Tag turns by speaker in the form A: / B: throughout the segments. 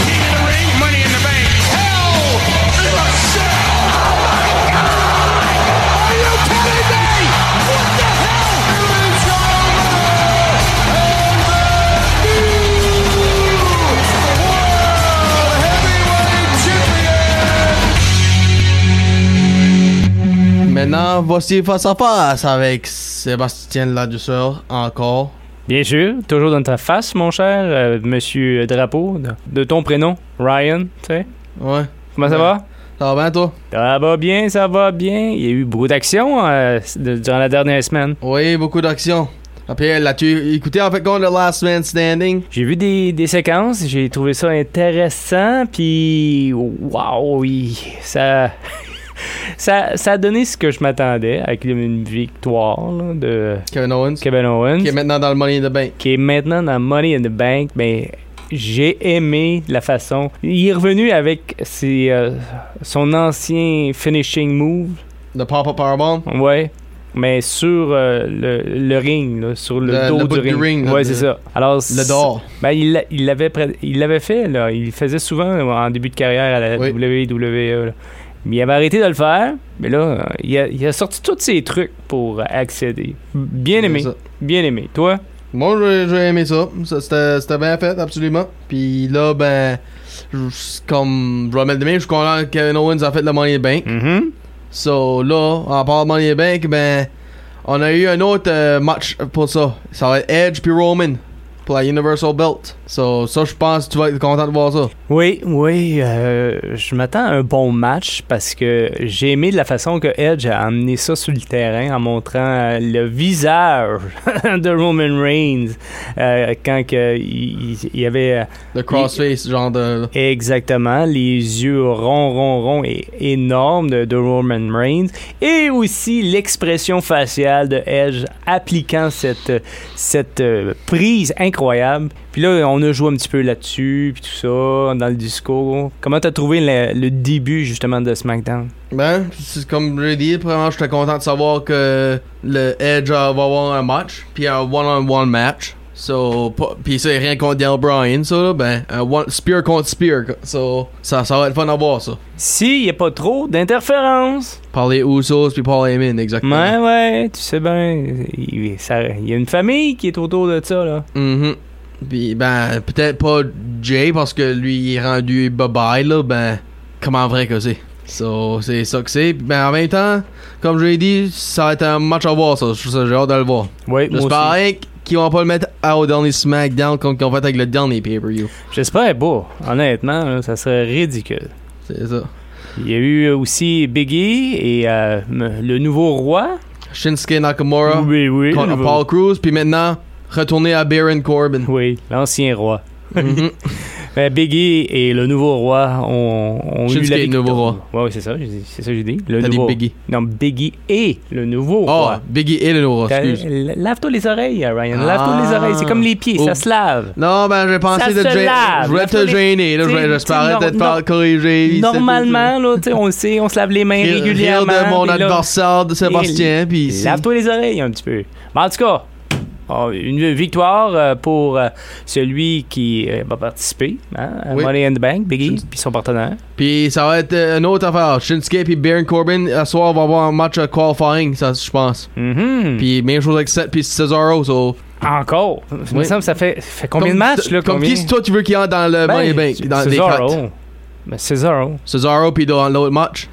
A: King in the ring, money in the bank.
B: Hell in a cell. Are you kidding me? What the hell?
C: Maintenant, voici face à face avec Sébastien Ladusseur, encore.
D: Bien sûr, toujours dans ta face, mon cher euh, monsieur Drapeau, de, de ton prénom, Ryan, tu sais.
C: Ouais.
D: Comment ça
C: Ouais.
D: va?
C: Ça va bien, toi?
D: Ça va bien, ça va bien. Il y a eu beaucoup d'actions euh, de- durant la dernière semaine.
C: Oui, beaucoup d'actions. Après, l'as-tu écouté en fait contre The Last Man Standing?
D: J'ai vu des, des séquences, j'ai trouvé ça intéressant, puis waouh, oui, ça, ça, ça a donné ce que je m'attendais avec une victoire là, de
C: Kevin Owens,
D: Kevin Owens,
C: qui est maintenant dans le Money in the Bank.
D: qui est maintenant dans Money in the Bank. Mais j'ai aimé la façon. Il est revenu avec ses, euh, son ancien finishing move,
C: Le pop-up powerbomb.
D: ouais. Mais sur euh, le, le ring, là, sur le,
C: Le-
D: dos
C: le bout
D: du
C: du
D: ring.
C: ring, là,
D: ouais,
C: de-
D: c'est ça. Alors,
C: Le door.
D: ben, il l'a- il l'avait pré- il l'avait fait, là. Il le faisait souvent euh, en début de carrière à la
C: Oui.
D: WWE. là. Mais il avait arrêté de le faire, mais là, euh, il a, il a sorti tous ses trucs pour euh, accéder. Bien aimé,
C: C'est ça.
D: bien aimé. Toi,
C: Moi, j'ai j'ai aimé ça. Ça, C'était c'était bien fait, absolument. Puis là, ben, je- comme Rommel Demain, je suis content que Kevin Owens a fait le Money in the Bank. So là, en part de Money in the Bank, ben, on a eu un autre euh, match pour ça. Ça va être Edge puis Roman pour la Universal Belt. So ça, je pense que tu vas être content de voir ça.
D: oui, oui, euh, je m'attends à un bon match parce que j'ai aimé la façon que Edge a amené ça sur le terrain en montrant euh, le visage de Roman Reigns euh, quand que il, il- il avait. euh,
C: Le crossface, genre de.
D: Exactement, les yeux ronds, ronds, ronds et énormes de, de Roman Reigns. Et aussi l'expression faciale de Edge appliquant cette, cette euh, prise incroyable. Puis là, on a joué un petit peu là-dessus, puis tout ça, dans le discours. Comment t'as trouvé le, le début justement de SmackDown?
C: Ben, c'est comme j'ai dit, premièrement, j'étais content de savoir que le Edge euh, va avoir un match, puis un one-on-one match. So, pas- puis c'est rien contre Daniel Bryan, ça, là, ben, un one- spear contre spear. co- So, ça, ça va être fun à voir, ça.
D: S'il n'y a pas trop d'interférences.
C: Par les Usos, puis par les Min, exactement.
D: Ouais, ouais, tu sais bien, il ça- il y a une famille qui est autour de ça, là.
C: Mhm. Puis, ben, peut-être pas Jay, parce que lui, il est rendu bye-bye, là, ben, comment vrai que c'est. So, c'est ça que c'est. Puis, Ben, en même temps, comme je l'ai dit, ça va être un match à voir, ça. Ça, J'ai hâte de le voir.
D: Ouais, moi aussi.
C: J'espère rien qu'ils vont pas le mettre à- au dernier SmackDown comme qu'ils ont fait avec le dernier pay-per-view.
D: J'espère pas. Honnêtement, là, ça serait ridicule.
C: C'est ça.
D: Il y a eu aussi Biggie et euh, m- le nouveau roi.
C: Shinsuke Nakamura
D: Oui, oui.
C: contre
D: le
C: Paul
D: nouveau-
C: Cruz, puis maintenant retourner à Baron Corbin.
D: Oui, l'ancien roi.
C: Mhm.
D: Ben, Biggie et le nouveau roi ont, ont eu
C: Shinsuke
D: la
C: et le nouveau roi.
D: Oui, c'est ça, j'ai dit- c'est ça que j'ai dit. Le
C: T'as dit
D: nouveau...
C: Biggie.
D: Non, Biggie et le nouveau
C: Oh,
D: roi.
C: Biggie et le nouveau,
D: T'as-
C: excuse.
D: l- Lave-toi les oreilles, euh, Ryan. Lave-toi
C: Ah.
D: les oreilles. C'est comme les pieds, ça
C: Oh.
D: se lave.
C: Non, ben j'ai pensé
D: Ça
C: de
D: se lave.
C: Je voulais te
D: Lave-toi les-
C: gêner, là.
D: T'sais,
C: je- J'espérais
D: t'sais,
C: de te
D: nor-
C: faire corriger. c'est tout.
D: Normalement, là, tu sais, on le sait, on se lave les mains
C: Rire- rire
D: régulièrement.
C: de mon
D: puis là-
C: adversaire de Sébastien, puis si-
D: Lave-toi les oreilles un petit peu. Mais en tout cas, oh, une victoire euh, pour euh, celui qui euh, va participer hein, à
C: Oui.
D: Money in the Bank, Biggie, puis son partenaire.
C: Puis ça va être euh, une autre affaire. Shinsuke puis Baron Corbin, à soir, on va avoir un match euh, qualifying, ça, je pense.
D: Mhm.
C: Puis même chose avec Seth puis Cesaro, so
D: Encore. Il me
C: Oui.
D: semble que ça fait, fait combien
C: Comme-
D: de matchs? Là,
C: Comme
D: combien?
C: qui c'est toi tu veux qu'il entre dans le
D: Ben,
C: Money Bank dans les quatre.
D: Cesaro. Ben, Cesaro.
C: Cesaro puis dans l'autre match.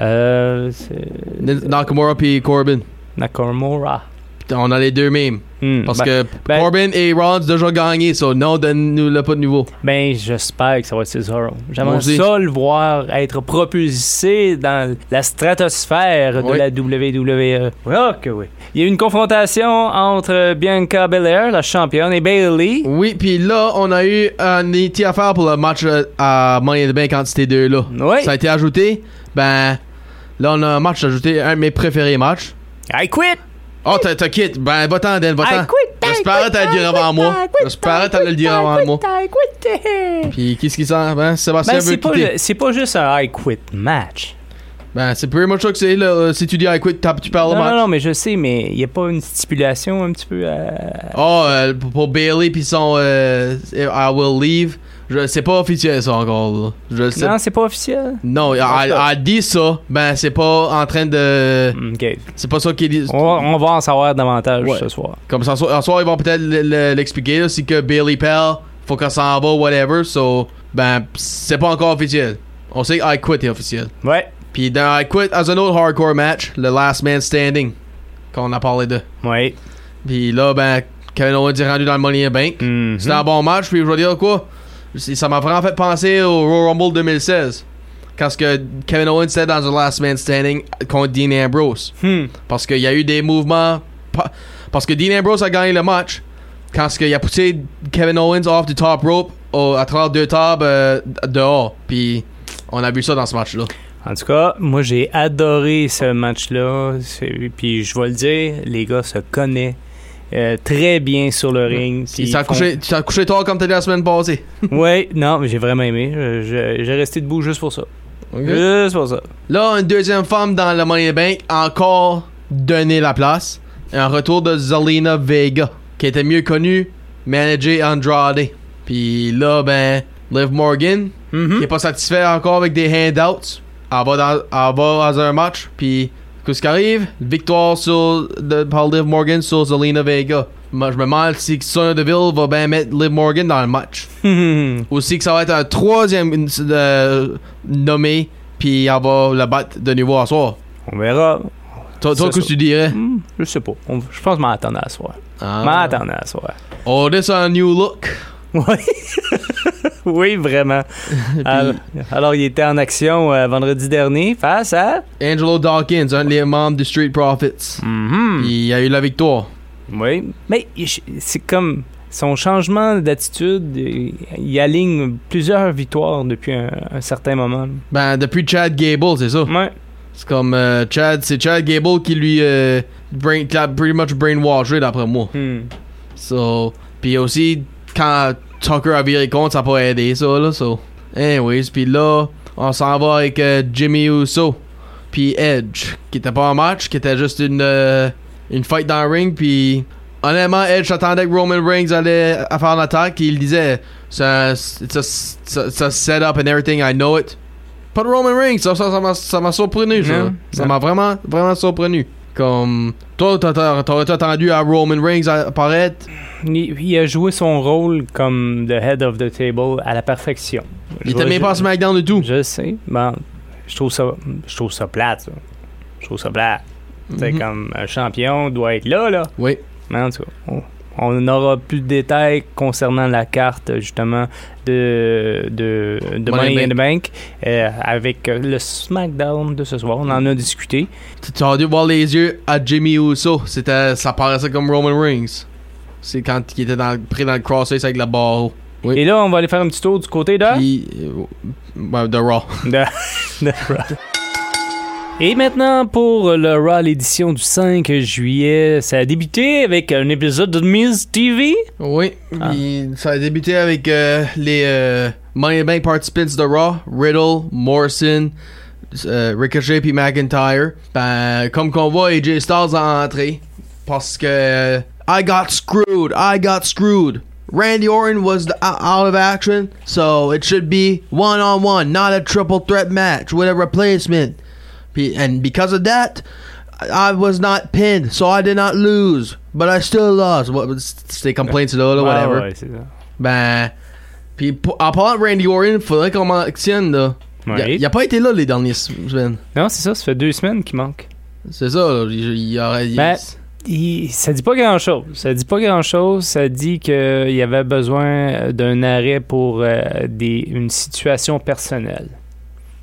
D: Euh, c'est
C: N- Nakamura puis Corbin.
D: Nakamura.
C: Putain, On a les deux mêmes.
D: Hmm,
C: Parce
D: ben-
C: que
D: ben-
C: Corbin et Rollins déjà gagné, so non, donne-nous le pas de nouveau.
D: Ben, j'espère que ça va être Cesaro.
C: Moi
D: J'aimerais
C: aussi.
D: ça le voir être propulsé dans la stratosphère de
C: Oui.
D: la WWE. Ah, que oui. Il y a eu une confrontation entre Bianca Belair, la championne, et Bailey.
C: Oui, puis là, on a eu un été à faire pour le match euh, à Money in the Bank entre ces deux-là.
D: Oui.
C: Ça a été ajouté. Ben, là, on a un match ajouté, un de mes préférés matchs.
D: I quit!
C: Oh, t'as t'as quitté. Ben, va-t'en, Dan,
D: I
C: va-t'en.
D: quit!
C: J'espère que t'allais le dire avant moi. J'espère que t'allais le dire avant moi. Puis qu'est-ce qui sort Ben, Sébastien
D: Ben,
C: veut
D: c'est pas,
C: quitter.
D: le- c'est pas juste un I quit match.
C: Ben, c'est pretty much ça que c'est. là. Euh, Si tu dis I quit, t'as- tu parles
D: Non,
C: le
D: non,
C: match.
D: non, mais je sais, mais il n'y a pas une stipulation un petit peu à.
C: Oh, euh, pour- pour Bailey puis son euh, I will leave. Je sais pas officiel ça encore. là. Je le sais.
D: Non, c'est pas officiel.
C: Non, elle, elle dit ça. Ben, c'est pas en train de.
D: Ok.
C: C'est pas ça qu'ils disent.
D: On va, on va en savoir davantage
C: Ouais.
D: ce soir.
C: Comme ça, en soir, en soir, ils vont peut-être le- le- l'expliquer. là, C'est que Bailey Pell, faut qu'elle s'en va, whatever. So, ben, c'est pas encore officiel. On sait que I quit est officiel.
D: Ouais.
C: Puis dans I Quit, as un autre hardcore match, le Last Man Standing, qu'on a parlé de.
D: Ouais.
C: Puis là, ben, Kevin Owens est rendu dans le Money in the Bank.
D: Mhm.
C: C'était un bon match, puis je veux dire quoi? c'est- Ça m'a vraiment fait penser au Royal Rumble 2016. Quand ce que Kevin Owens était dans The Last Man Standing contre Dean Ambrose.
D: Hmm.
C: Parce qu'il y a eu des mouvements. pa- Parce que Dean Ambrose a gagné le match quand ce qu'il a poussé Kevin Owens off the top rope au- à travers deux tables euh, dehors. Puis on a vu ça dans ce match-là.
D: En tout cas, moi j'ai adoré ce match-là. C'est- Puis je vais le dire, les gars se connaissent euh, très bien sur le ring.
C: Tu
D: Puis
C: t'as
D: Hmm. ils font-
C: couché, tu t'as couché tard comme t'as dit la semaine passée.
D: Ouais, non, mais j'ai vraiment aimé. Je- je- J'ai resté debout juste pour ça. Juste pour ça.
C: Là, une deuxième femme dans le Money in the Bank, encore donné la place. Un retour de Zelina Vega, qui était mieux connue, manager Andrade. Puis là, ben, Liv Morgan, qui est pas satisfait encore avec des handouts, elle va dans, elle va dans un match, puis qu'est-ce qui arrive? Victoire sur, de, par Liv Morgan sur Zelina Vega. Moi, je me demande si Sonya Deville va bien mettre Liv Morgan dans le match.
D: Mhm.
C: Aussi que ça va être un troisième une- euh, nommé, puis elle va le battre de nouveau à soir.
D: On verra.
C: Toi, toi
D: C'est
C: qu'est-ce que
D: ça.
C: tu dirais?
D: Hmm, je sais pas. On- je pense que je m'attendais à soir.
C: Ah.
D: M'attendais à soir.
C: Oh, this a new look.
D: Oui. oui, vraiment. Alors, alors, il était en action euh, vendredi dernier face à.
C: Angelo Dawkins, un des membres du Street Profits.
D: Mhm.
C: Puis il a eu la victoire.
D: Oui. Mais il- c'est comme son changement d'attitude, il il aligne plusieurs victoires depuis un, un certain moment.
C: Ben, depuis Chad Gable, c'est ça.
D: Ouais.
C: C'est comme euh, Chad, c'est Chad Gable qui lui euh, brain, qui l'a pretty much brainwashé d'après moi.
D: Hmm.
C: So, puis aussi quand Tucker a viré contre, ça a pas aidé ça là. So, anyways, puis là, on s'en va avec euh, Jimmy Uso, puis Edge, qui était pas un match, qui était juste une euh, une fight dans le ring, puis honnêtement, Edge attendait que Roman Reigns allait à faire l'attaque, et il disait, c'est un- it's a, it's a setup and everything, I know it. Pas de Roman Reigns, ça ça ça m'a ça m'a surpris, ça.
D: Non,
C: Ça
D: non.
C: m'a vraiment vraiment surpris. Comme toi, t'as- t'as- t'aurais-tu attendu à Roman Reigns apparaître?
D: Il, il a joué son rôle comme the head of the table à la perfection.
C: Il
D: Je
C: était
D: vois-
C: même pas à
D: je-
C: SmackDown du tout.
D: Je sais. Bon, je trouve ça, je trouve ça plate. ça. Je trouve ça plate. C'est
C: Mhm.
D: comme un champion doit être là, là.
C: Oui.
D: Mais en tout cas, on- on aura plus de détails concernant la carte justement de, de, de Money,
C: Money
D: in the Bank euh, avec euh, le SmackDown de ce soir. On en a discuté.
C: Tu tu as dû voir les yeux à Jimmy Uso. C'était, ça paraissait comme Roman Reigns. C'est quand il était dans, pris dans le crossface avec la barre. Oui.
D: Et là, on va aller faire un petit tour du côté de...
C: Puis, euh, ouais, de Raw.
D: de- de Raw. Et maintenant pour le Raw, l'édition du 5 juillet, ça a débuté avec un épisode de Miz TV.
C: Oui.
D: Ah.
C: puis Ça a débuté avec euh, les euh, Money in the Bank participants de Raw. Riddle, Morrison, euh, Ricochet puis McIntyre. Ben, comme qu'on voit, AJ Styles a entré. Parce que euh, I got screwed. I got screwed. Randy Orton was the, out out of action, so it should be one on one, not a triple threat match with a replacement. Be- And because of that, I I was not pinned, so I did not lose, but I still lost. What was they complained to Lola, whatever?
D: Ah ouais, c'est ça.
C: Ben, puis pour- en parlant de Randy Orton, faudrait qu'on mentionne là. Il a-
D: Ouais.
C: Il a pas été là les dernières semaines.
D: Non, c'est ça, ça fait deux semaines qu'il manque.
C: C'est ça, là, il, il aurait. il-
D: Ben, Il- ça dit pas grand chose. Ça dit pas grand chose. Ça dit qu'il y avait besoin euh, d'un arrêt pour euh, des, une situation personnelle.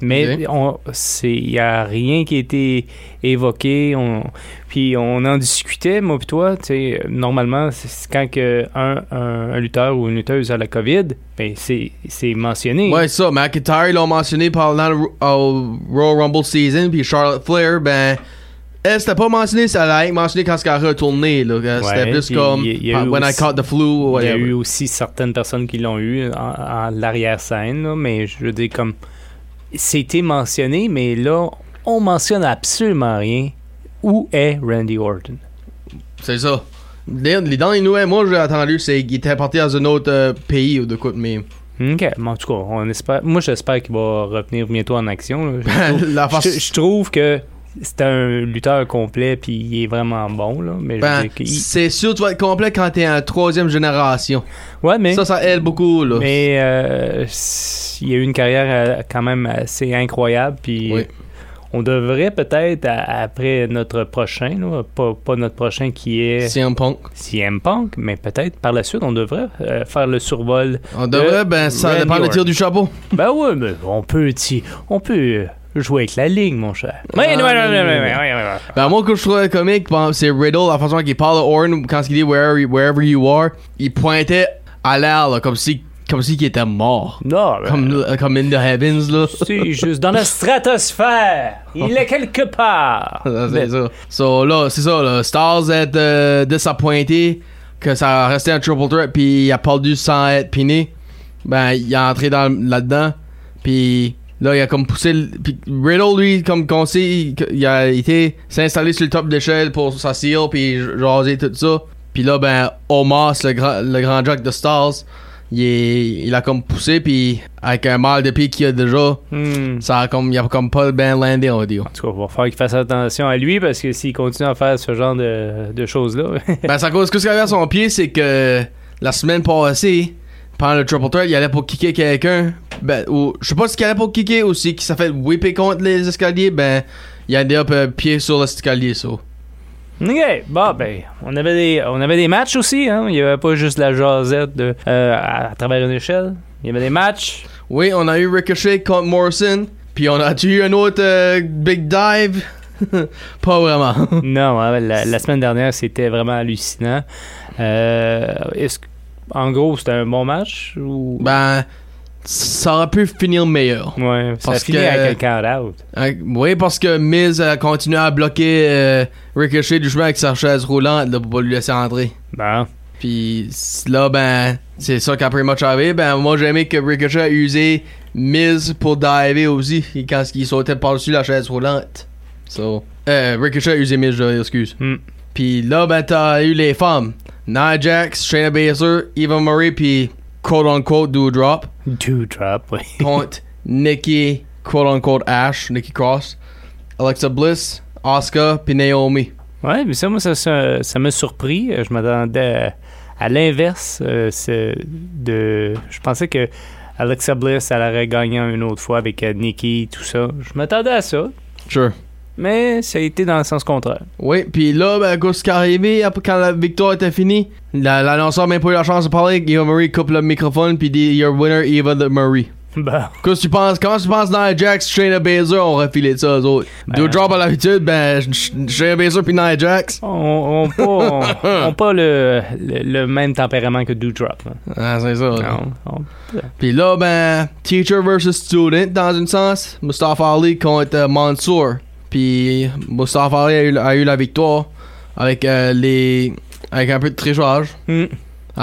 D: Mais
C: Ok.
D: on- c'est- il n'y a rien qui a été évoqué. On, puis on en discutait, moi et toi. tu sais, Normalement, c'est- c'est quand que un, un- un lutteur ou une lutteuse a la COVID, ben c'est c'est mentionné.
C: Ouais, ça, McIntyre, ils l'ont mentionné pendant le Ro- au Royal Rumble season, puis Charlotte Flair, ben, elle, c'était pas mentionné, ça allait être mentionné quand elle a retourné. là, que
D: Ouais,
C: c'était plus
D: puis
C: comme
D: il y a eu
C: When I
D: aussi-
C: caught the flu ou
D: Il y a
C: whatever.
D: eu aussi certaines personnes qui l'ont eu en, en l'arrière-scène, là, mais je veux dire, comme. C'était mentionné, mais là, on mentionne absolument rien. Où est Randy Orton?
C: C'est ça. D'ailleurs, les- Dans les nouvelles, moi j'ai entendu, c'est qu'il était parti dans un autre euh, pays ou de quoi, mais
D: Ok, mais en tout cas, on espère, moi j'espère qu'il va revenir bientôt en action. là.
C: la
D: Je,
C: façon.
D: je- je trouve que c'est un lutteur complet, puis il est vraiment bon, là, mais je veux
C: Ben,
D: dire qu'il-
C: c'est sûr, tu vas être complet quand t'es en troisième génération.
D: Ouais, mais.
C: Ça, ça aide beaucoup, là.
D: Hein? Mais euh, s- il a eu une carrière euh, quand même assez incroyable. Puis
C: Oui.
D: on devrait peut-être, à- après notre prochain, là, pas, pas notre prochain qui est
C: CM Punk.
D: CM Punk, mais peut-être par la suite, on devrait euh, faire le survol.
C: On devrait, ben, ça
D: euh, Randy
C: dépend le tir
D: Orton.
C: du chapeau.
D: ben ouais, mais on peut, ti- on peut jouer avec la ligne, mon
C: Ah,
D: cher. Ouais, ouais, ouais, ouais, ouais, ouais, ouais, ouais.
C: Ben, moi, que je trouvais comique, ben, c'est Riddle, la façon qu'il parle à Orton, quand il dit wherever, wherever you are, il pointait à l'air, là, comme si, comme si qu'il était mort.
D: Non, ben,
C: Comme, euh, comme in the heavens, là.
D: c'est juste dans la stratosphère. Il est quelque part.
C: Ça,
D: Mais-
C: c'est ça. So, là, c'est ça, là. Stars est euh, disappointé que ça restait un triple threat, puis il a perdu sans être piné. Ben, il est entré dans, là-dedans, puis là, il a comme poussé. le- Puis Riddle, lui, comme qu'on sait, il, il a été s'installer sur le top d'échelle pour sa seal, puis jaser tout ça. Puis là, ben, Omas, le grand, le grand jack de Stars, il, est- il a comme poussé, puis avec un mal de pied qu'il a déjà,
D: Hmm.
C: ça a comme, il a comme pas bien landé, on dit.
D: En tout cas, il va falloir qu'il fasse attention à lui parce que s'il continue à faire ce genre de, de choses-là.
C: Ben, ça cause que ce qu'il avait à son pied, c'est que la semaine passée, pendant le triple threat, il allait pour kicker quelqu'un. Ben, ou je sais pas ce qu'il allait pour kicker ou si ça fait whipper contre les escaliers. Ben, il a des up euh, pied sur l'escalier, ça.
D: ok, bon, ben, on avait des, on avait des matchs aussi, hein. Il n'y avait pas juste la jasette de, euh, à, à travers une échelle. Il y avait des matchs.
C: Oui, on a eu Ricochet contre Morrison. Puis on a eu un autre euh, big dive. pas vraiment.
D: non, hein, la, la semaine dernière, c'était vraiment hallucinant. Euh, est-ce que- en gros, c'était un bon match ou.
C: ben, ça aurait pu finir meilleur.
D: ouais, ça a
C: parce
D: fini
C: que-
D: à quelqu'un out.
C: Hein, Oui, parce que Miz a continué à bloquer euh, Ricochet du chemin avec sa chaise roulante là, pour pas lui laisser entrer.
D: Bon.
C: Puis là, ben, c'est ça qu'après match arrivé, ben, moi j'ai aimé que Ricochet a usé Miz pour diver aussi et quand il sautait par-dessus la chaise roulante. So, euh, Ricochet a usé Miz, je veux dire, excuse.
D: Hmm.
C: Puis là, ben, t'as eu les femmes Nia Jax, Shayna Baszler, Eva Murray, puis quote unquote Doudrop
D: Two drop, oui.
C: contre Nikki, quote unquote Ash, Nikki Cross, Alexa Bliss, Asuka, puis Naomi.
D: Ouais, mais ça, moi, ça, ça, ça m'a surpris. Euh, Je m'attendais à, à l'inverse. euh, c'est de, je pensais que Alexa Bliss, elle aurait gagné une autre fois avec euh, Nikki, tout ça. Je m'attendais à ça,
C: Sure.
D: mais ça a été dans le sens contraire.
C: Oui, puis là, ben, écoute, ce qui est arrivé, après, quand la victoire était finie, la- l'annonceur n'a même pas eu la chance de parler. Eva Marie coupe le microphone, puis dit Your winner, Eva the Marie.
D: Bon.
C: Qu'est-ce que tu penses? Comment tu penses dans Jax, Shayna Baszler, on aurait filé ça aux autres?
D: Ben-
C: Deux drops à l'habitude, ben, Sh- Shayna Baszler puis Nia Jax.
D: On n'a pas, on- on pas le, le, le même tempérament que Doudrop. hein.
C: Ah, c'est ça.
D: Non, on-
C: Puis là, ben, teacher versus student, dans un sens, Mustafa Ali contre euh, Mansour. Puis Mustafa Ali a eu, a eu la victoire avec euh, les. avec un peu de trichage.
D: Hmm.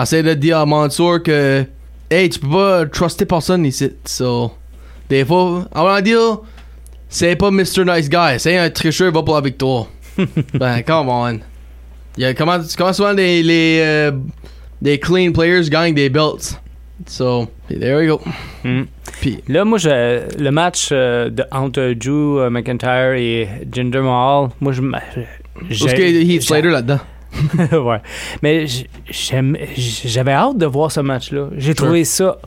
C: Essaye de dire à Mansour que Hey, tu peux pas truster personne ici. So, des fois, on va dire, c'est pas Mr. Nice Guy, c'est un tricheur, va pour la victoire. ben, come on. Il y a comment, comment souvent les, les, euh, les clean players gagnent des belts. So, there you go.
D: hum. Là, moi, je- le match euh, de, entre Drew euh, McIntyre et Jinder Mahal, moi, je. m'a- j'ai-
C: Parce qu'il y a Heath Slater là-dedans.
D: ouais. Mais j- j'aime- j'avais hâte de voir ce match-là. J'ai trouvé ça.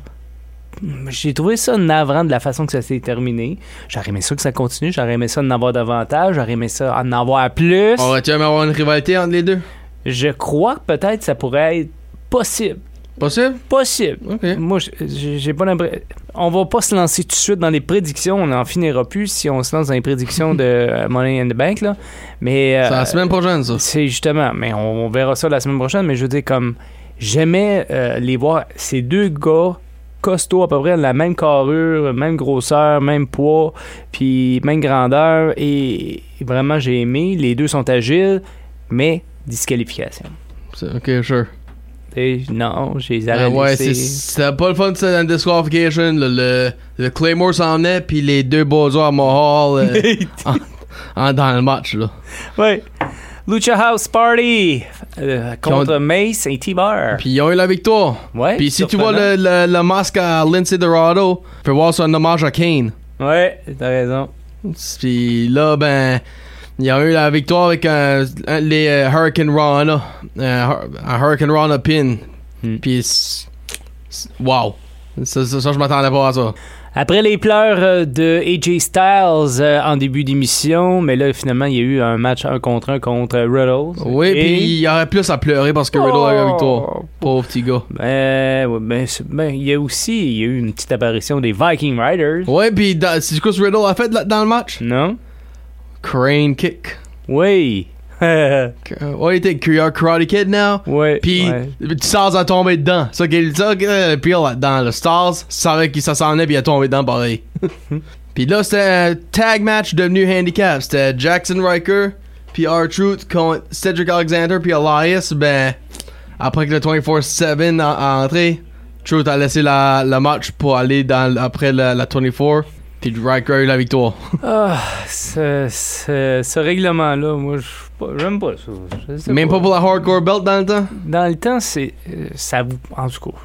D: J'ai trouvé ça navrant de la façon que ça s'est terminé. J'aurais aimé ça que ça continue. J'aurais aimé ça d'en avoir davantage. J'aurais aimé ça en avoir plus.
C: Aurais-tu aimé avoir une rivalité entre les deux
D: Je crois que peut-être ça pourrait être possible.
C: Possible
D: Possible.
C: Ok.
D: Moi, j- j'ai j'ai pas l'impression. On va pas se lancer tout de suite dans les prédictions. On en finira plus si on se lance dans les prédictions de euh, Money in the Bank. Là. Mais,
C: C'est la
D: euh,
C: semaine prochaine, ça.
D: c'est justement, mais on, on verra ça la semaine prochaine, mais je veux dire, comme j'aimais euh, les voir, ces deux gars costaud, à peu près la même carrure, même grosseur, même poids, puis même grandeur. Et vraiment, j'ai aimé. Les deux sont agiles, mais disqualification.
C: C'est- Ok, sure.
D: Et non, j'ai les ai
C: Ah ouais,
D: laissés.
C: c'est- c'était pas le fun ça dans disqualification. Le, le, le Claymore s'en venait, puis les deux Bowser à Mohall euh, en, en- dans le match. là.
D: Ouais. Lucha House Party euh, contre Mace et T-Bar.
C: Puis ils ont eu la victoire.
D: Ouais,
C: Puis si tu
D: surprenant.
C: vois le, le, le masque à Lindsay Dorado, tu peux voir c'est un hommage à Kane.
D: Ouais, t'as raison.
C: Puis là, ben, ils ont eu la victoire avec euh, un- les euh, Hurricane Rana. Euh, Hur- un Hurricane Rana pin.
D: Hmm.
C: Puis, c'est- c'est- wow. Ça, ça, ça, je m'attendais pas à ça.
D: Après les pleurs euh, de AJ Styles euh, en début d'émission, mais là finalement il y a eu un match un contre un contre Riddles.
C: Oui,
D: Et-
C: puis il y aurait plus à pleurer parce que Riddle a eu la victoire.
D: Oh.
C: Pauvre petit gars.
D: Ben, ouais, ben, c'est- ben, il y a aussi il y a eu une petite apparition des Viking Riders.
C: Ouais, puis dans- c'est ce que Riddle a fait là- dans le match.
D: Non?
C: Crane kick.
D: Oui. ouais.
C: What do you think? You're a karate kid now? Puis
D: ouais.
C: Stars a tombé dedans. Ça qu'il ça que Peel là-dedans. Le Stars savait qu'il ça s'en venait puis il a tombé dedans pareil. puis là c'était un tag match devenu handicap. C'était Jackson Riker puis R-Truth contre Cedric Alexander puis Elias. Ben après que le 24-7 a, a entré, Truth a laissé la, le match pour aller dans, après la, la 24. Puis Riker a eu la victoire.
D: Ah, ce, ce- ce règlement-là, moi, je suis pas- j'aime pas ça. Je sais
C: Même pas pour la Hardcore Belt dans le temps.
D: Dans le temps, c'est. euh, ça vous. En tout cas.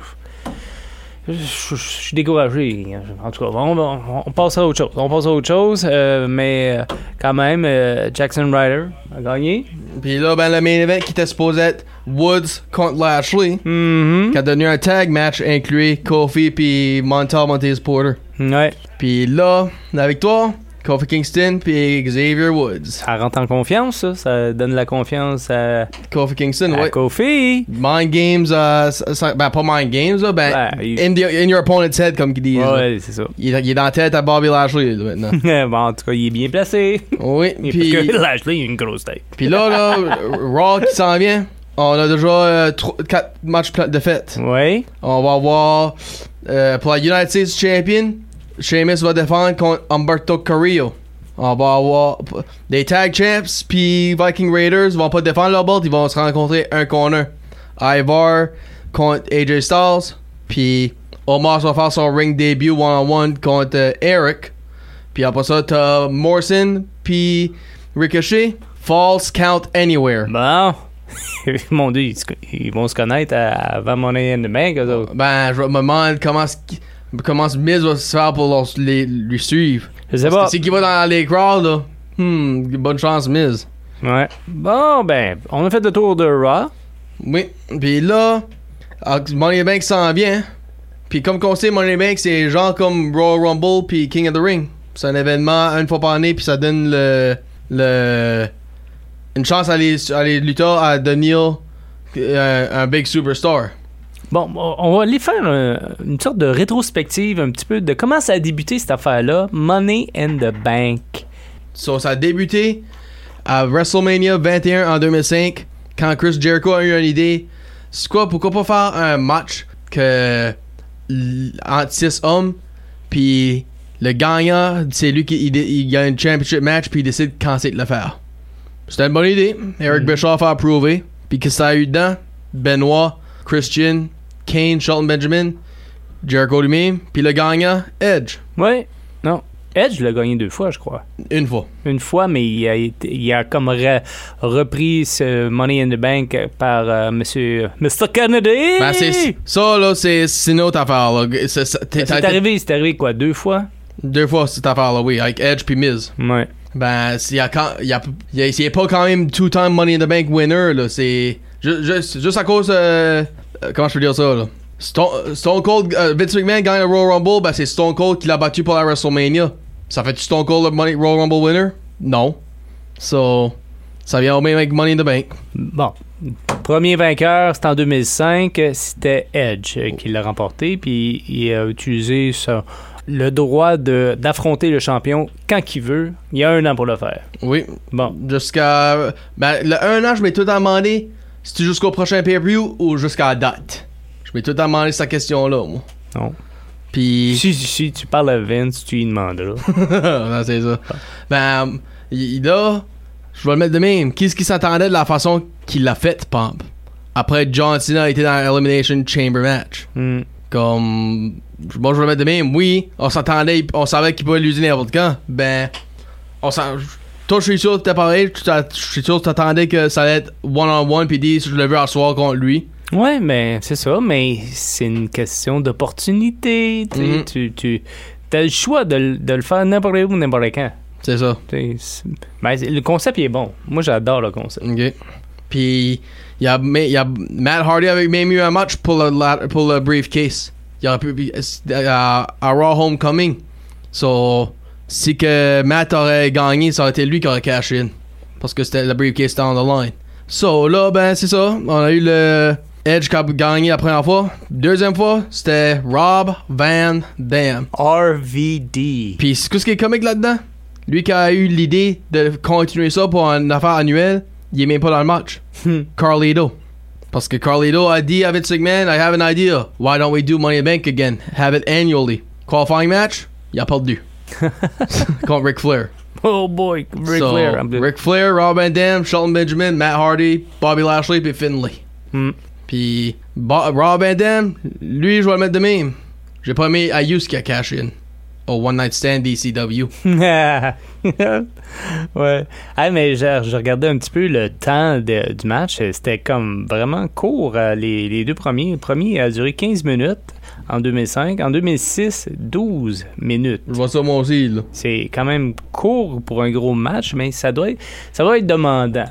D: Je, je- je suis découragé. hein, En tout cas, on, on- on passera à autre chose. On passera à autre chose. euh, mais euh, quand même, euh, Jackson Ryder a gagné.
C: Puis là ben le main event qui était supposé être Woods contre Lashley.
D: Mhm.
C: qui a donné un tag match inclué Kofi puis Montal Montez Porter.
D: Ouais.
C: Puis là, la victoire, Kofi Kingston puis Xavier Woods.
D: Ça rentre en confiance, ça. Ça donne la confiance à, à
C: Kofi Kingston, ouais.
D: Ah, Kofi.
C: Mind Games, euh, ça- ça- ben pas Mind Games, là, ben
D: Ouais, il-
C: in, the- in your opponent's head, comme ils disent.
D: Ouais,
C: là.
D: ouais, c'est ça.
C: Il, est- il est dans la tête à Bobby Lashley là, maintenant.
D: bon, en tout cas, il est bien placé.
C: oui,
D: Parce
C: puis
D: que Lashley, il a une grosse tête.
C: puis là, là, Raw qui s'en vient. On a déjà 4 matchs pla- de fête.
D: Ouais.
C: On va voir euh, pour la United States Champion, Sheamus va défendre contre Humberto Carrillo. On va avoir p- les Tag Champs puis Viking Raiders vont pas défendre leur belt, ils vont se rencontrer un contre un. Ivar contre AJ Styles puis Omar va faire son ring debut one on one contre euh, Eric. Puis après ça t'as Morrison puis Ricochet. False count anywhere.
D: Bon. Mon Dieu, ils, se co- ils vont se connaître à- avant Money in the Bank, eux autres.
C: Ben, je me demande comment, ce qui- comment ce Miz va se faire pour leur- les, lui suivre.
D: Je sais pas.
C: C'est qui va dans les crowds, là. Hmm, bonne chance, Miz.
D: Ouais. Bon, ben, on a fait le tour de Raw.
C: Oui, puis là, ah, Money in the Bank s'en vient. hein. Puis comme qu'on sait, Money in the Bank, c'est genre comme Royal Rumble puis King of the Ring. C'est un événement une fois par année, puis ça donne le, le une chance à les, à les lutteurs à devenir euh, un big superstar.
D: Bon, on on va aller faire un- une sorte de rétrospective un petit peu de comment ça a débuté cette affaire-là, Money in the Bank.
C: So, ça a débuté à WrestleMania 21 en 2005 quand Chris Jericho a eu une idée. C'est quoi, pourquoi pas faire un match que l- entre 6 hommes, puis le gagnant, c'est lui qui il, il gagne un championship match, puis il décide quand c'est de le faire. C'était une bonne idée. Eric Bischoff a approuvé. Puis qu'est-ce que ça a eu dedans? Benoit, Christian, Kane, Shelton Benjamin, Jericho lui-même, puis le gagnant, Edge.
D: Ouais. Non. Edge l'a gagné deux fois, je crois.
C: Une fois.
D: Une fois, mais il a, été- il a comme re- repris ce Money in the Bank par euh, Monsieur Mr. Kennedy.
C: Ben, c'est, ça, là, c'est, c'est une autre affaire, là. C'est, c'est- t'es-
D: Ben, C'est
C: t'as-
D: arrivé, c'est arrivé quoi, deux fois?
C: Deux fois cette affaire-là, oui, avec Edge puis Miz.
D: Ouais.
C: Ben, il y a quand, il y a, il y a- c'est pas quand même two-time Money in the Bank winner, là. C'est ju- juste, juste à cause, euh, euh, comment je peux dire ça, là. Stone, Stone Cold, euh, Vince McMahon gagne le Royal Rumble, ben c'est Stone Cold qui l'a battu pour la WrestleMania. Ça fait Stone Cold le Money, Royal Rumble winner? Non. So, ça vient au même avec Money in the Bank.
D: Bon. Premier vainqueur, c'était en 2005. euh, C'était Edge euh, qui l'a remporté. Puis il a utilisé son- le droit de- d'affronter le champion quand il veut. Il y a un an pour le faire.
C: Oui,
D: Bon.
C: Jusqu'à. Ben, le 1 an, je m'ai tout demandé si tu jusqu'au prochain pay-per-view ou jusqu'à la date. Je m'ai tout demandé cette question-là, moi.
D: Non.
C: Puis.
D: Si, si tu parles à Vince, tu lui demanderas.
C: non, c'est ça. Ben, il- il- là, je vais le mettre de même. Qu'est-ce qui s'attendait de la façon qu'il l'a fait, Pump? Après, John Cena a été dans l'Elimination Chamber match.
D: Hmm.
C: Comme. Bon, je vais le mettre de même. Oui, on s'attendait, on savait qu'il pouvait l'utiliser n'importe quand. Ben, on s'en. Toi, je suis sûr que t'as parlé. Je t'a- je suis sûr que t'attendais que ça allait être one-on-one. Puis dis, je le veux asseoir contre lui.
D: Ouais, mais c'est ça, mais c'est une question d'opportunité. tu sais,
C: Mhm.
D: Tu, tu as le choix de, le- de le faire n'importe où, n'importe quand.
C: C'est ça.
D: Tu sais, c'est- Mais c'est- le concept il est bon. Moi, j'adore le concept.
C: OK. Puis, il y a, mais- il y a Matt Hardy avait même eu un match pour le, la- pour le briefcase. Il aurait pu. À, à Raw Homecoming. So, si que Matt aurait gagné, ça aurait été lui qui aurait cash in. Parce que c'était le briefcase était on the line. So, là, ben, c'est ça. On a eu le Edge qui a gagné la première fois. Deuxième fois, c'était Rob Van Dam.
D: RVD.
C: Puis, c'est- qu'est-ce qui est comique là-dedans? Lui qui a eu l'idée de continuer ça pour une affaire annuelle, il est même pas dans le match.
D: Hmm.
C: Carlito. Parce que Carlito a dit à Vince McMahon, I have an idea. Why don't we do Money in the Bank again? Have it annually. Qualifying match, il a perdu. Contre Ric Flair.
D: Oh boy, Ric
C: So,
D: Flair. I'm-
C: Ric Flair, Rob Van Dam, Shelton Benjamin, Matt Hardy, Bobby Lashley, puis Finlay.
D: Hmm.
C: Puis Bo- Rob Van Dam, lui, je vais le mettre de même. J'ai pas mis Ayus qui a cash in. Au One Night Stand DCW.
D: ouais. Ah, mais je, je regardais un petit peu le temps de- du match. C'était comme vraiment court, euh, les, les deux premiers. Le premier a duré 15 minutes en 2005. En 2006, 12 minutes.
C: Je vois ça moi aussi, là.
D: C'est quand même court pour un gros match, mais ça doit être, ça doit être demandant.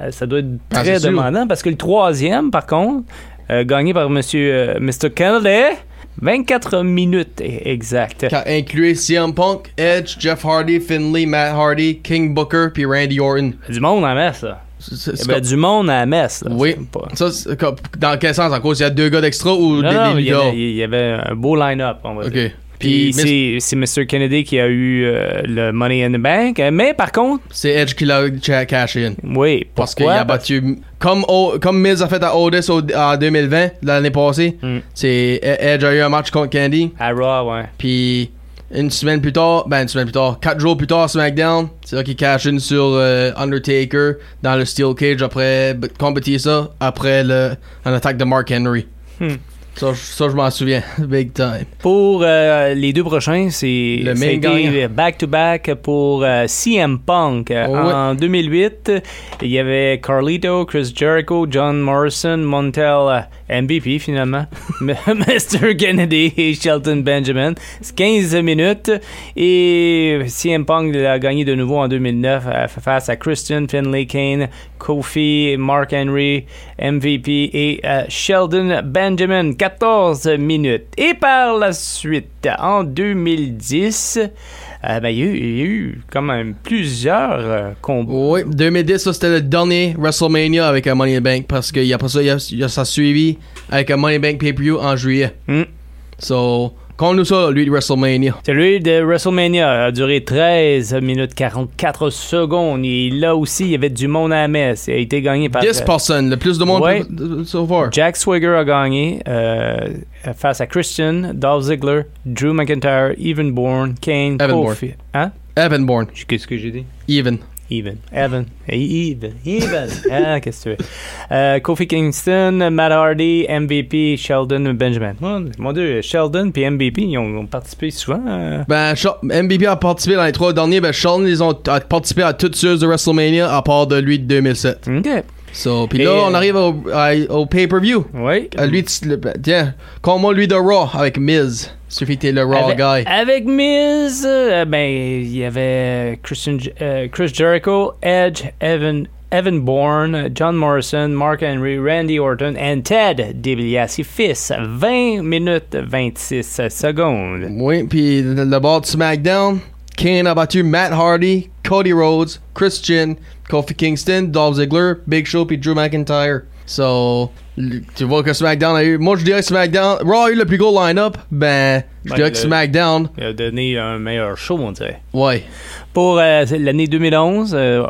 D: Euh, Ça doit être
C: Ah,
D: très
C: c'est sûr.
D: demandant parce que le troisième, par contre, euh, gagné par monsieur, euh, Mr. Kennedy, 24 minutes e- exact.
C: Qui a inclué CM Punk, Edge, Jeff Hardy, Finlay, Matt Hardy, King Booker, puis Randy Orton.
D: Du monde en messe, là.
C: C'est- c'est-
D: Il
C: c'est
D: y avait
C: comme-
D: du monde à la messe. là.
C: Oui.
D: Ah, C'est pas-
C: Ça, c'est comme- dans quel sens En cause, il y a deux gars d'extra ou
D: Non,
C: des,
D: non,
C: des
D: il, y
C: leaders?
D: avait, il y avait un beau line-up, on va dire.
C: Ok.
D: Puis
C: Puis Miss-
D: c'est c'est Mr. Kennedy qui a eu euh, le Money in the Bank. Euh, Mais par contre,
C: c'est Edge qui l'a cha- cash in.
D: oui,
C: Parce qu'il
D: pourquoi?
C: a battu. Comme, O- comme Miz a fait à Otis au- en 2020, l'année passée,
D: Mm.
C: c'est E- Edge a eu un match contre Candy.
D: À Raw, ouais.
C: Puis une semaine plus tard, ben une semaine plus tard, quatre jours plus tard, SmackDown, c'est là qu'il cash in sur euh, Undertaker dans le Steel Cage après b- combattre ça après le, un attaque de Mark Henry.
D: Hmm.
C: Ça, je- ça, je m'en souviens, big time.
D: Pour euh, les deux prochains, c'est
C: Le
D: ça a
C: main
D: été
C: gagnant.
D: back-to-back pour euh, CM Punk. Euh,
C: Oh,
D: en 2008, il y avait Carlito, Chris Jericho, John Morrison, Montel, euh, MVP finalement, Mr. Kennedy et Shelton Benjamin. C'est 15 minutes. Et CM Punk l'a gagné de nouveau en 2009 euh, face à Christian, Finlay Kane, Kofi, Mark Henry, MVP et euh, Sheldon Benjamin, 14 minutes. Et par la suite, en 2010, euh, ben, il y a eu- il y a eu quand même plusieurs euh, combats.
C: Oui, 2010, ça c'était le dernier WrestleMania avec un Money in the Bank parce que après ça, il y a, il y a ça suivi avec un Money in the Bank pay-per-view en juillet.
D: Hmm.
C: So, compte-nous ça, lui de WrestleMania.
D: Celui de WrestleMania a duré 13 minutes 44 secondes. Et là aussi, il y avait du monde à la messe. Il a été gagné par
C: 10 personnes, le plus de monde
D: Ouais.
C: euh, so far.
D: Jack Swagger a gagné euh, face à Christian, Dolph Ziggler, Drew McIntyre, Evan Bourne, Kane,
C: Evan
D: Kofi. Hein?
C: Evan Bourne,
D: Qu'est-ce que j'ai dit?
C: even.
D: Even. Evan. Hey, Even. Even. ah, qu'est-ce que tu veux? Euh, Kofi Kingston, Matt Hardy, MVP, Sheldon, Benjamin. Mon, mon Dieu, Sheldon puis MVP, ils ont, ont participé souvent. euh.
C: Ben, Sha- MVP a participé dans les trois derniers. Ben, Sean, ils ont a participé à toutes celles de WrestleMania à part de lui de 2007.
D: OK.
C: So, puis
D: Et,
C: là, on
D: euh,
C: arrive au, à- au pay-per-view.
D: Oui.
C: À lui, tu- le- ben, tiens, comment lui de Raw avec Miz. Suffit que t'es le Raw
D: avec,
C: guy.
D: avec Miz, euh, ben, il y avait Christian, J- euh, Chris Jericho, Edge, Evan, Evan Bourne, John Morrison, Mark Henry, Randy Orton and Ted DiBiase, fils. 20 minutes 26 secondes.
C: Oui, puis le, le bord de SmackDown, Kane a battu Matt Hardy, Cody Rhodes, Christian, Kofi Kingston, Dolph Ziggler, Big Show puis Drew McIntyre. So, l- tu vois que SmackDown a eu. Moi, je dirais que SmackDown. Raw a eu le plus gros line-up. Ben, je
D: Ben,
C: dirais que
D: le-
C: SmackDown.
D: Il a donné un meilleur show, on dirait.
C: Ouais.
D: Pour euh, l'année 2011, euh,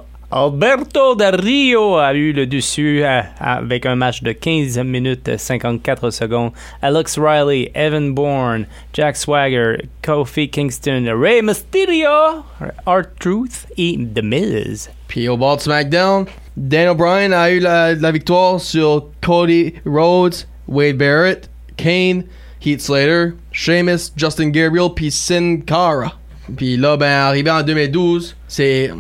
D: Alberto Del Rio a eu le dessus euh, avec un match de 15 minutes 54 secondes. Alex Riley, Evan Bourne, Jack Swagger, Kofi Kingston, Ray Mysterio, R-Truth et The Miz.
C: Puis au bord de SmackDown, Dan O'Brien a eu la, la victoire sur Cody Rhodes, Wade Barrett, Kane, Heath Slater, Sheamus, Justin Gabriel, puis Sin Cara. Puis là, ben, arrivé en 2012, c'est.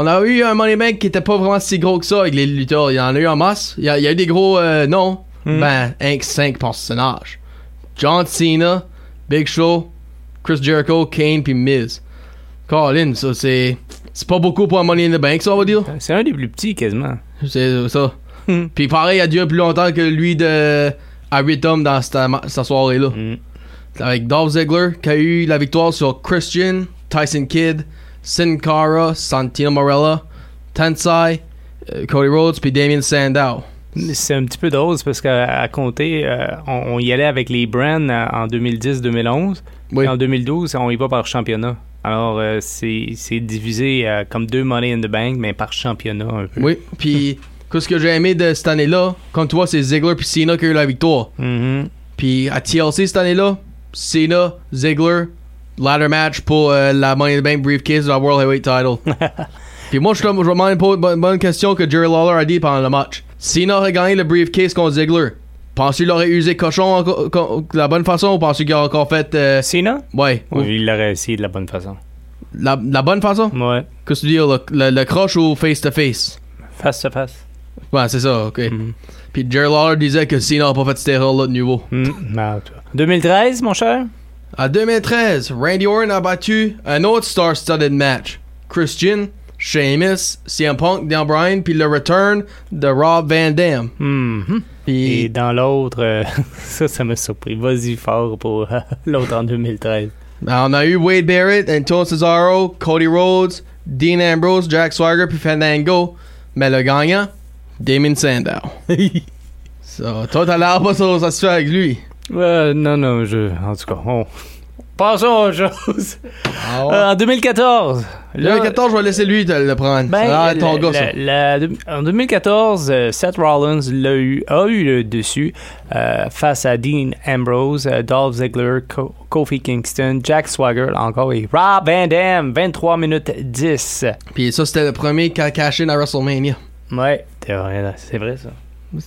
C: On a eu un Money Bank qui était pas vraiment si gros que ça avec les lutteurs. Il y en a eu en masse. Il y a, il y a eu des gros euh, noms. Ben, 5 personnages. John Cena, Big Show, Chris Jericho, Kane, puis Miz. Colin, ça c'est. C'est pas beaucoup pour un Money in the Bank, ça, on va dire.
D: C'est un des plus petits quasiment.
C: C'est ça.
D: Hmm.
C: Puis pareil, il a duré plus longtemps que lui de à huit hommes dans cette ma- sa soirée-là.
D: Hmm.
C: Avec Dolph Ziggler qui a eu la victoire sur Christian, Tyson Kidd, Sin Cara, Santino Morella, Tensai, euh, Cody Rhodes puis Damien Sandow.
D: C'est un petit peu drôle c'est parce qu'à à compter, euh, on, on y allait avec les brands euh, en 2010-2011.
C: Oui.
D: Et en 2012, on y va par championnat. Alors, euh, c'est c'est divisé euh, comme deux Money in the Bank, mais par championnat un peu.
C: Oui. Puis qu'est-ce que j'ai aimé de cette année-là, comme toi, c'est Ziggler puis Cena qui a eu la victoire.
D: Mhm.
C: Puis à TLC cette année-là, Cena, Ziggler, ladder match pour euh, la Money in the Bank briefcase de la World Heavyweight Title. Puis moi, je te- je vais m'en poser une bonne, bonne question que Jerry Lawler a dit pendant le match. Cena aurait gagné le briefcase contre Ziggler. Penses-tu qu'il aurait usé cochon enco- co- de la bonne façon ou penses-tu qu'il aurait encore fait. euh,
D: Cena?
C: ouais. ou-
D: Oui, Mm. il l'aurait essayé de la bonne façon.
C: La, la bonne façon
D: Ouais,
C: Qu'est-ce que tu dis Le, le, le croche ou face-to-face
D: face à face.
C: Ouais, c'est ça, ok.
D: Mhm.
C: Puis Jerry Lawler disait que Cena n'a pas fait cette erreur-là de nouveau.
D: Mm, non, toi. 2013, mon cher?
C: En 2013, Randy Orton a battu un autre star-studded match. Christian, Sheamus, CM Punk, Dan Bryan, puis le return de Rob Van Dam.
D: Mhm. Et,
C: Puis
D: dans l'autre, euh, ça, ça m'a surpris. Vas-y fort pour euh, l'autre en 2013.
C: on a eu Wade Barrett, Antonio Cesaro, Cody Rhodes, Dean Ambrose, Jack Swagger, puis Fandango. Mais le gagnant, Damon Sandow. so, toi, t'as l'air pas so- satisfait avec lui.
D: Euh, non, non, je. En tout cas, on. Passons aux choses.
C: Ah
D: Euh, en 2014. là-
C: 2014, je vais laisser lui te le prendre.
D: Ben,
C: ah, ton
D: la-
C: gars, ça.
D: la- la- en 2014, euh, Seth Rollins l'a eu, a eu le dessus euh, face à Dean Ambrose, euh, Dolph Ziggler, Co- Kofi Kingston, Jack Swagger, là encore, et Rob Van Dam, 23 minutes 10.
C: Puis ça, c'était le premier qui a caché dans WrestleMania.
D: Ouais, c'est vrai, c'est vrai, ça.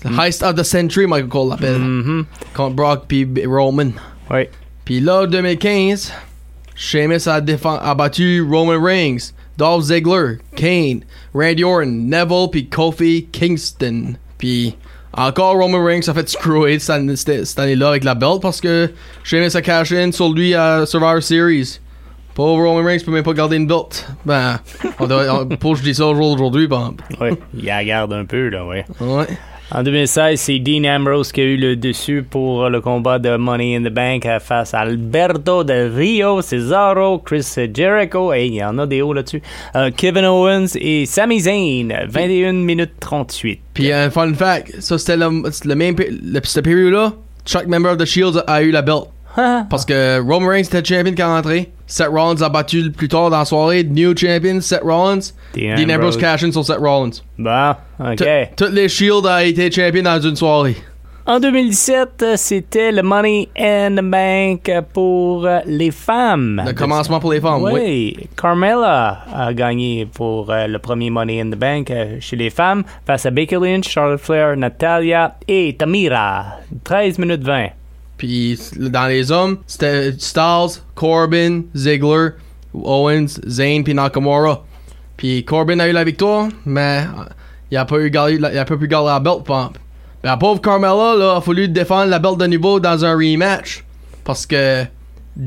C: The Heist of the Century, Michael Cole l'appelle.
D: Mhm.
C: Contre Brock puis B- Roman.
D: Ouais.
C: Puis là, 2015, Sheamus a, défen- a battu Roman Reigns, Dolph Ziggler, Kane, Randy Orton, Neville puis Kofi Kingston. Puis encore Roman Reigns a fait screw it cette année- cette cette année-là avec la belt parce que Sheamus a cash in sur lui à Survivor Series. Pauvre Roman Reigns peut même pas garder une belt. Ben, on doit, on- pour que je dis ça au jour d'aujourd'hui, ben,
D: Ouais, il la garde un peu, là, ouais.
C: ouais.
D: En 2016, c'est Dean Ambrose qui a eu le dessus pour euh, le combat de Money in the Bank euh, face à Alberto Del Rio, Cesaro, Chris Jericho, et il y en a des hauts là-dessus, euh, Kevin Owens et Sami Zayn, euh, 21 minutes 38.
C: Puis un fun fact, ça c'était le, c'est le même pé- le, cette période-là, chaque member of the Shield a, a eu la belt.
D: Ah,
C: Parce que Roman Reigns était champion quand il est rentré, Seth Rollins a battu le plus tard dans la soirée, new champion Seth Rollins,
D: Dean
C: Dean Ambrose
D: Ambrose.
C: cash in sur Seth Rollins.
D: bon,
C: Tout-
D: ok.
C: Toutes les Shields a été champion dans une soirée.
D: En 2017, euh, c'était le Money in the Bank euh, pour euh, les femmes.
C: Le commencement pour les femmes, Ah, oui.
D: Oui, Carmella a gagné pour euh, le premier Money in the Bank euh, chez les femmes face à Baker Lynch, Charlotte Flair, Natalia et Tamira. 13 minutes 20.
C: Puis dans les hommes, c'était Styles, Corbin, Ziggler, Owens, Zayn puis Nakamura. Puis Corbin a eu la victoire, mais euh, il a pas eu gardé- il a pas pu garder la belt pump. La pauvre Carmella là, a fallu défendre la belt de nouveau dans un rematch parce que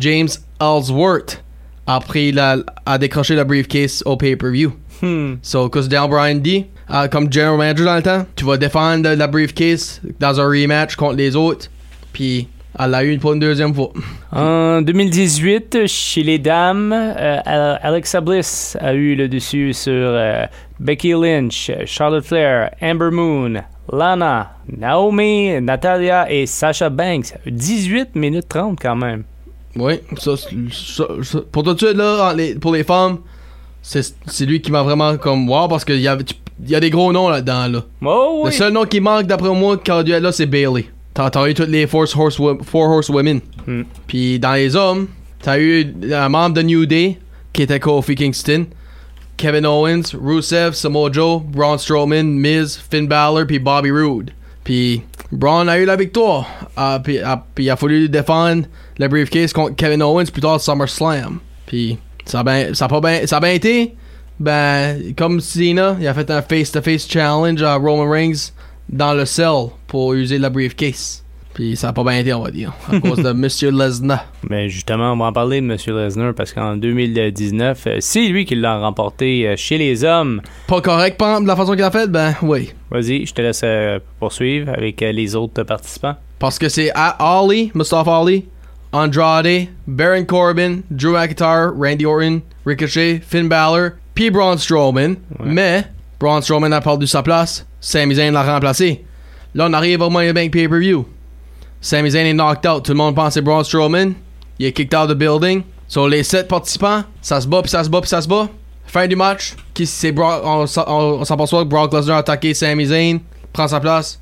C: James Ellsworth a pris la a décroché le briefcase au pay-per-view.
D: Hmm.
C: So, cause Dan Bryan dit, euh, comme general manager dans le temps, tu vas défendre la briefcase dans un rematch contre les autres. Puis, elle l'a eu pour une deuxième fois.
D: En 2018, chez les dames, euh, Al- Alexa Bliss a eu le dessus sur euh, Becky Lynch, Charlotte Flair, Amber Moon, Lana, Naomi, Natalia et Sasha Banks. 18 minutes 30 quand même.
C: Oui, ça, c'est- ça- ça- pour tout de suite, là, en- les- pour les femmes, c'est c'est lui qui m'a vraiment comme wow parce qu'il y, avait- tu- il y a des gros noms là-dedans. Là.
D: Oh,
C: Le
D: oui.
C: seul nom qui manque d'après moi quand duel là c'est Bailey. T'as t'as eu toutes les Four Horse, four horse Women.
D: Hmm.
C: Puis dans les hommes, t'as eu un membre de New Day qui était Kofi Kingston, Kevin Owens, Rusev, Samoa Joe, Braun Strowman, Miz, Finn Balor puis Bobby Roode. Puis Braun a eu la victoire. Ah, puis ah, puis il a fallu défendre le briefcase contre Kevin Owens plus tard à SummerSlam. Puis ça a ben- ça a pas ben- ça a bien été. Ben, comme Cena, il a fait un face-to-face challenge à Roman Reigns dans le cell pour user la briefcase. Puis ça a pas bien été, on va dire, à cause de Monsieur Lesnar.
D: Mais justement, on va en parler de M. Lesnar parce qu'en 2019, euh, c'est lui qui l'a remporté euh, chez les hommes.
C: Pas correct, par exemple, de la façon qu'il a fait, ben oui.
D: Vas-y, je te laisse euh, poursuivre avec euh, les autres euh, participants.
C: Parce que c'est à Ali, Mustafa Ali, Andrade, Baron Corbin, Drew McIntyre, Randy Orton, Ricochet, Finn Balor, puis Braun Strowman. Mais Braun Strowman a perdu sa place. Sami Zayn l'a remplacé. Là, on arrive au Money in the Bank pay-per-view. Sami Zayn est knocked out. Tout le monde pensait Braun Strowman. Il est kicked out of the building. Sur les 7 participants, ça se bat, puis ça se bat, puis ça se bat. Fin du match, qui c'est Brock- on, s'en- on- on s'en perçoit que Brock Lesnar a attaqué Sami Zayn, prend sa place,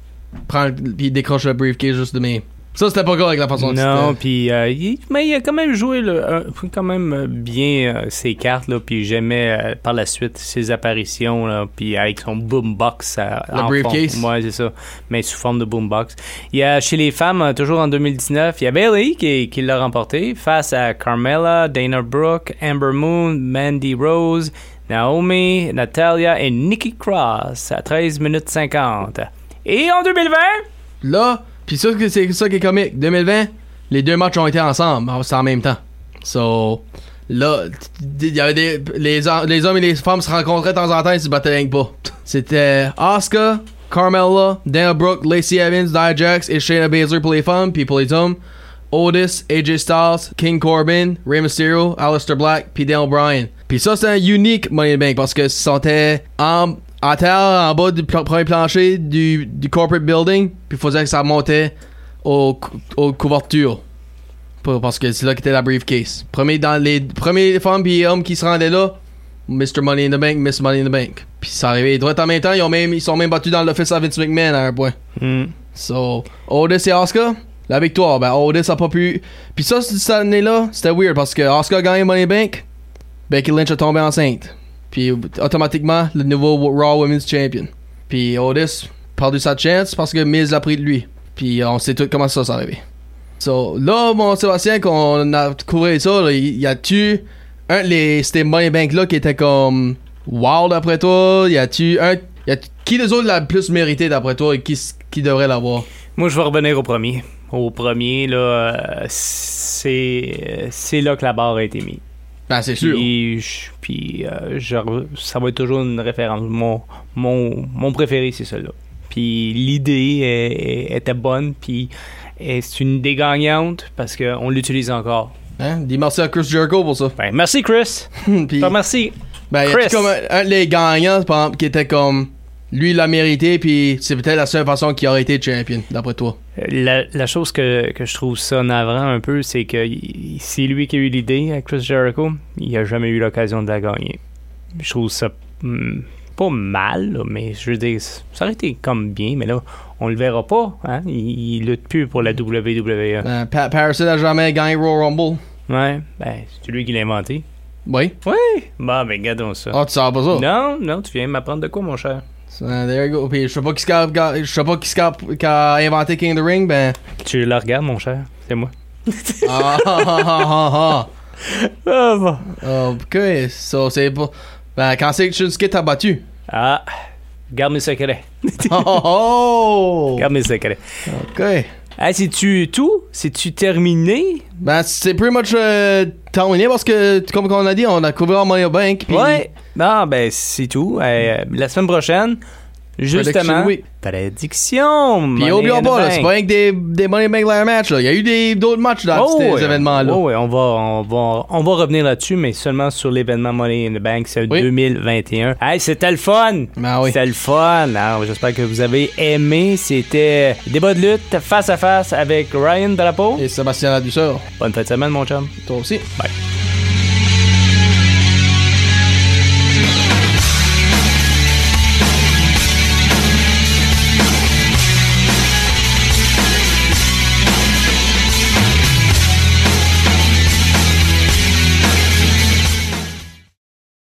C: prend, puis il décroche le briefcase juste de mes. Ça, c'était pas correct la façon dont
D: Non,
C: c'était.
D: puis euh, il- mais il a quand même joué le, euh, quand même euh, bien euh, ses cartes là, puis j'aimais euh, par la suite ses apparitions là, puis avec son boombox à-
C: Le
D: en fond.
C: briefcase.
D: Ouais, c'est ça, mais sous forme de boombox. Il y a chez les femmes euh, toujours en 2019, il y a Bailey qui, qui l'a remporté face à Carmella, Dana Brooke, Amber Moon, Mandy Rose, Naomi, Natalia et Nikki Cross à 13 minutes 50. Et en 2020,
C: Là, puis ça, que c'est ça qui est comique. 2020, les deux matchs ont été ensemble, en- c'est en même temps. So, là, il y avait des, les, hom- les hommes et les femmes se rencontraient de temps en temps et se battaient rien que pas. C'était Asuka, Carmella, Dana Brooke, Lacey Evans, Nia Jax et Shayna Baszler pour les femmes, puis pour les hommes, Otis, AJ Styles, King Corbin, Rey Mysterio, Aleister Black, puis Daniel Bryan. Puis ça, c'était un unique Money in the Bank parce que c'était en, en terre, en bas du pla- premier plancher du, du corporate building, puis il faisait que ça montait au cou- aux couvertures. Pas- Parce que c'est là qu'était la briefcase. Premier dans les premiers femmes et hommes qui se rendaient là, Mr. Money in the Bank, Miss Money in the Bank. Puis ça arrivait droit en même temps, ils ont même ils sont même battus dans l'office à Vince McMahon à un point. So, Otis et Oscar, la victoire, ben Otis a pas pu. Puis ça c- cette année-là, c'était weird parce que Oscar a gagné Money in the Bank, Becky Lynch a tombé enceinte. Puis automatiquement, le nouveau Raw Women's Champion. Puis Otis a perdu sa chance parce que Miz l'a pris de lui. Puis on sait tout comment ça s'est arrivé. So, là, mon Sébastien, quand on a couvert ça, là, il y a-tu un de les c'était Money Bank là qui était comme wow d'après toi Y a-tu un y a qui des autres l'a plus mérité d'après toi et qui, s- qui devrait l'avoir
D: Moi, je vais revenir au premier. Au premier, là, euh, c'est euh, c'est là que la barre a été mise.
C: Ben, c'est sûr.
D: Puis, je- puis euh, je re- ça va être toujours une référence. Mon, mon, mon préféré, c'est celui-là. Puis l'idée est- est- était bonne, puis et c'est une idée gagnante parce qu'on l'utilise encore.
C: Hein? Dis merci à Chris Jericho pour ça.
D: Ben, merci, Chris.
C: Puis,
D: Je te remercie.
C: ben, y a-tu
D: Chris.
C: comme un, un des gagnants, par exemple, qui était comme lui, il l'a mérité, puis c'est peut-être la seule façon qu'il aurait été champion, d'après toi.
D: La, la chose que, que je trouve ça navrant un peu, c'est que il- c'est lui qui a eu l'idée à Chris Jericho. Il a jamais eu l'occasion de la gagner. Je trouve ça hmm, pas mal, là, mais je veux dire, ça aurait été comme bien, mais là, on le verra pas. hein. Il, il lutte plus pour la WWE.
C: Ben, Pat Patterson a jamais gagné Royal Rumble.
D: Ouais, ben, c'est lui qui l'a inventé.
C: Oui.
D: Oui! Bah, ben, gardons ça.
C: Ah, tu savais pas ça.
D: Non, non, tu viens de m'apprendre de quoi, mon cher?
C: So, there you go. Puis je sais pas qui, se ca- je sais pas qui, se ca- qui a inventé King of the Ring, ben.
D: Tu la regardes, mon cher? C'est moi.
C: ah, ah, ah, ah, ah,
D: Ah, bon.
C: ah. Ok, so c'est pas. Ben, quand c'est que Shinsuke t'a battu?
D: Ah, garde mes secrets.
C: Oh, oh, oh.
D: Garde mes secrets.
C: Ok.
D: Ah, c'est-tu tout? C'est-tu terminé?
C: Ben, c'est pretty much euh, terminé parce que, comme on a dit, on a couvert Money in the Bank. puis
D: Ouais. Non, ben, c'est tout. Euh, la semaine prochaine, justement,
C: Prediction Week.
D: prédiction.
C: Puis oublions pas, là, c'est pas rien que des, des Money in the Bank ladder match. Là. Il y a eu des- d'autres matchs dans
D: Oh,
C: ces événements-là.
D: Oui, on va, on, va, on va revenir là-dessus, mais seulement sur l'événement Money in the Bank, c'est
C: Oui.
D: 2021. Hey, c'était le fun!
C: Ben oui.
D: C'était le fun! Alors, J'espère que vous avez aimé. C'était débat de lutte face à face avec Ryan Drapeau.
C: Et Sébastien Ladusseur,
D: Bonne fin de semaine, mon chum.
C: toi aussi.
D: Bye.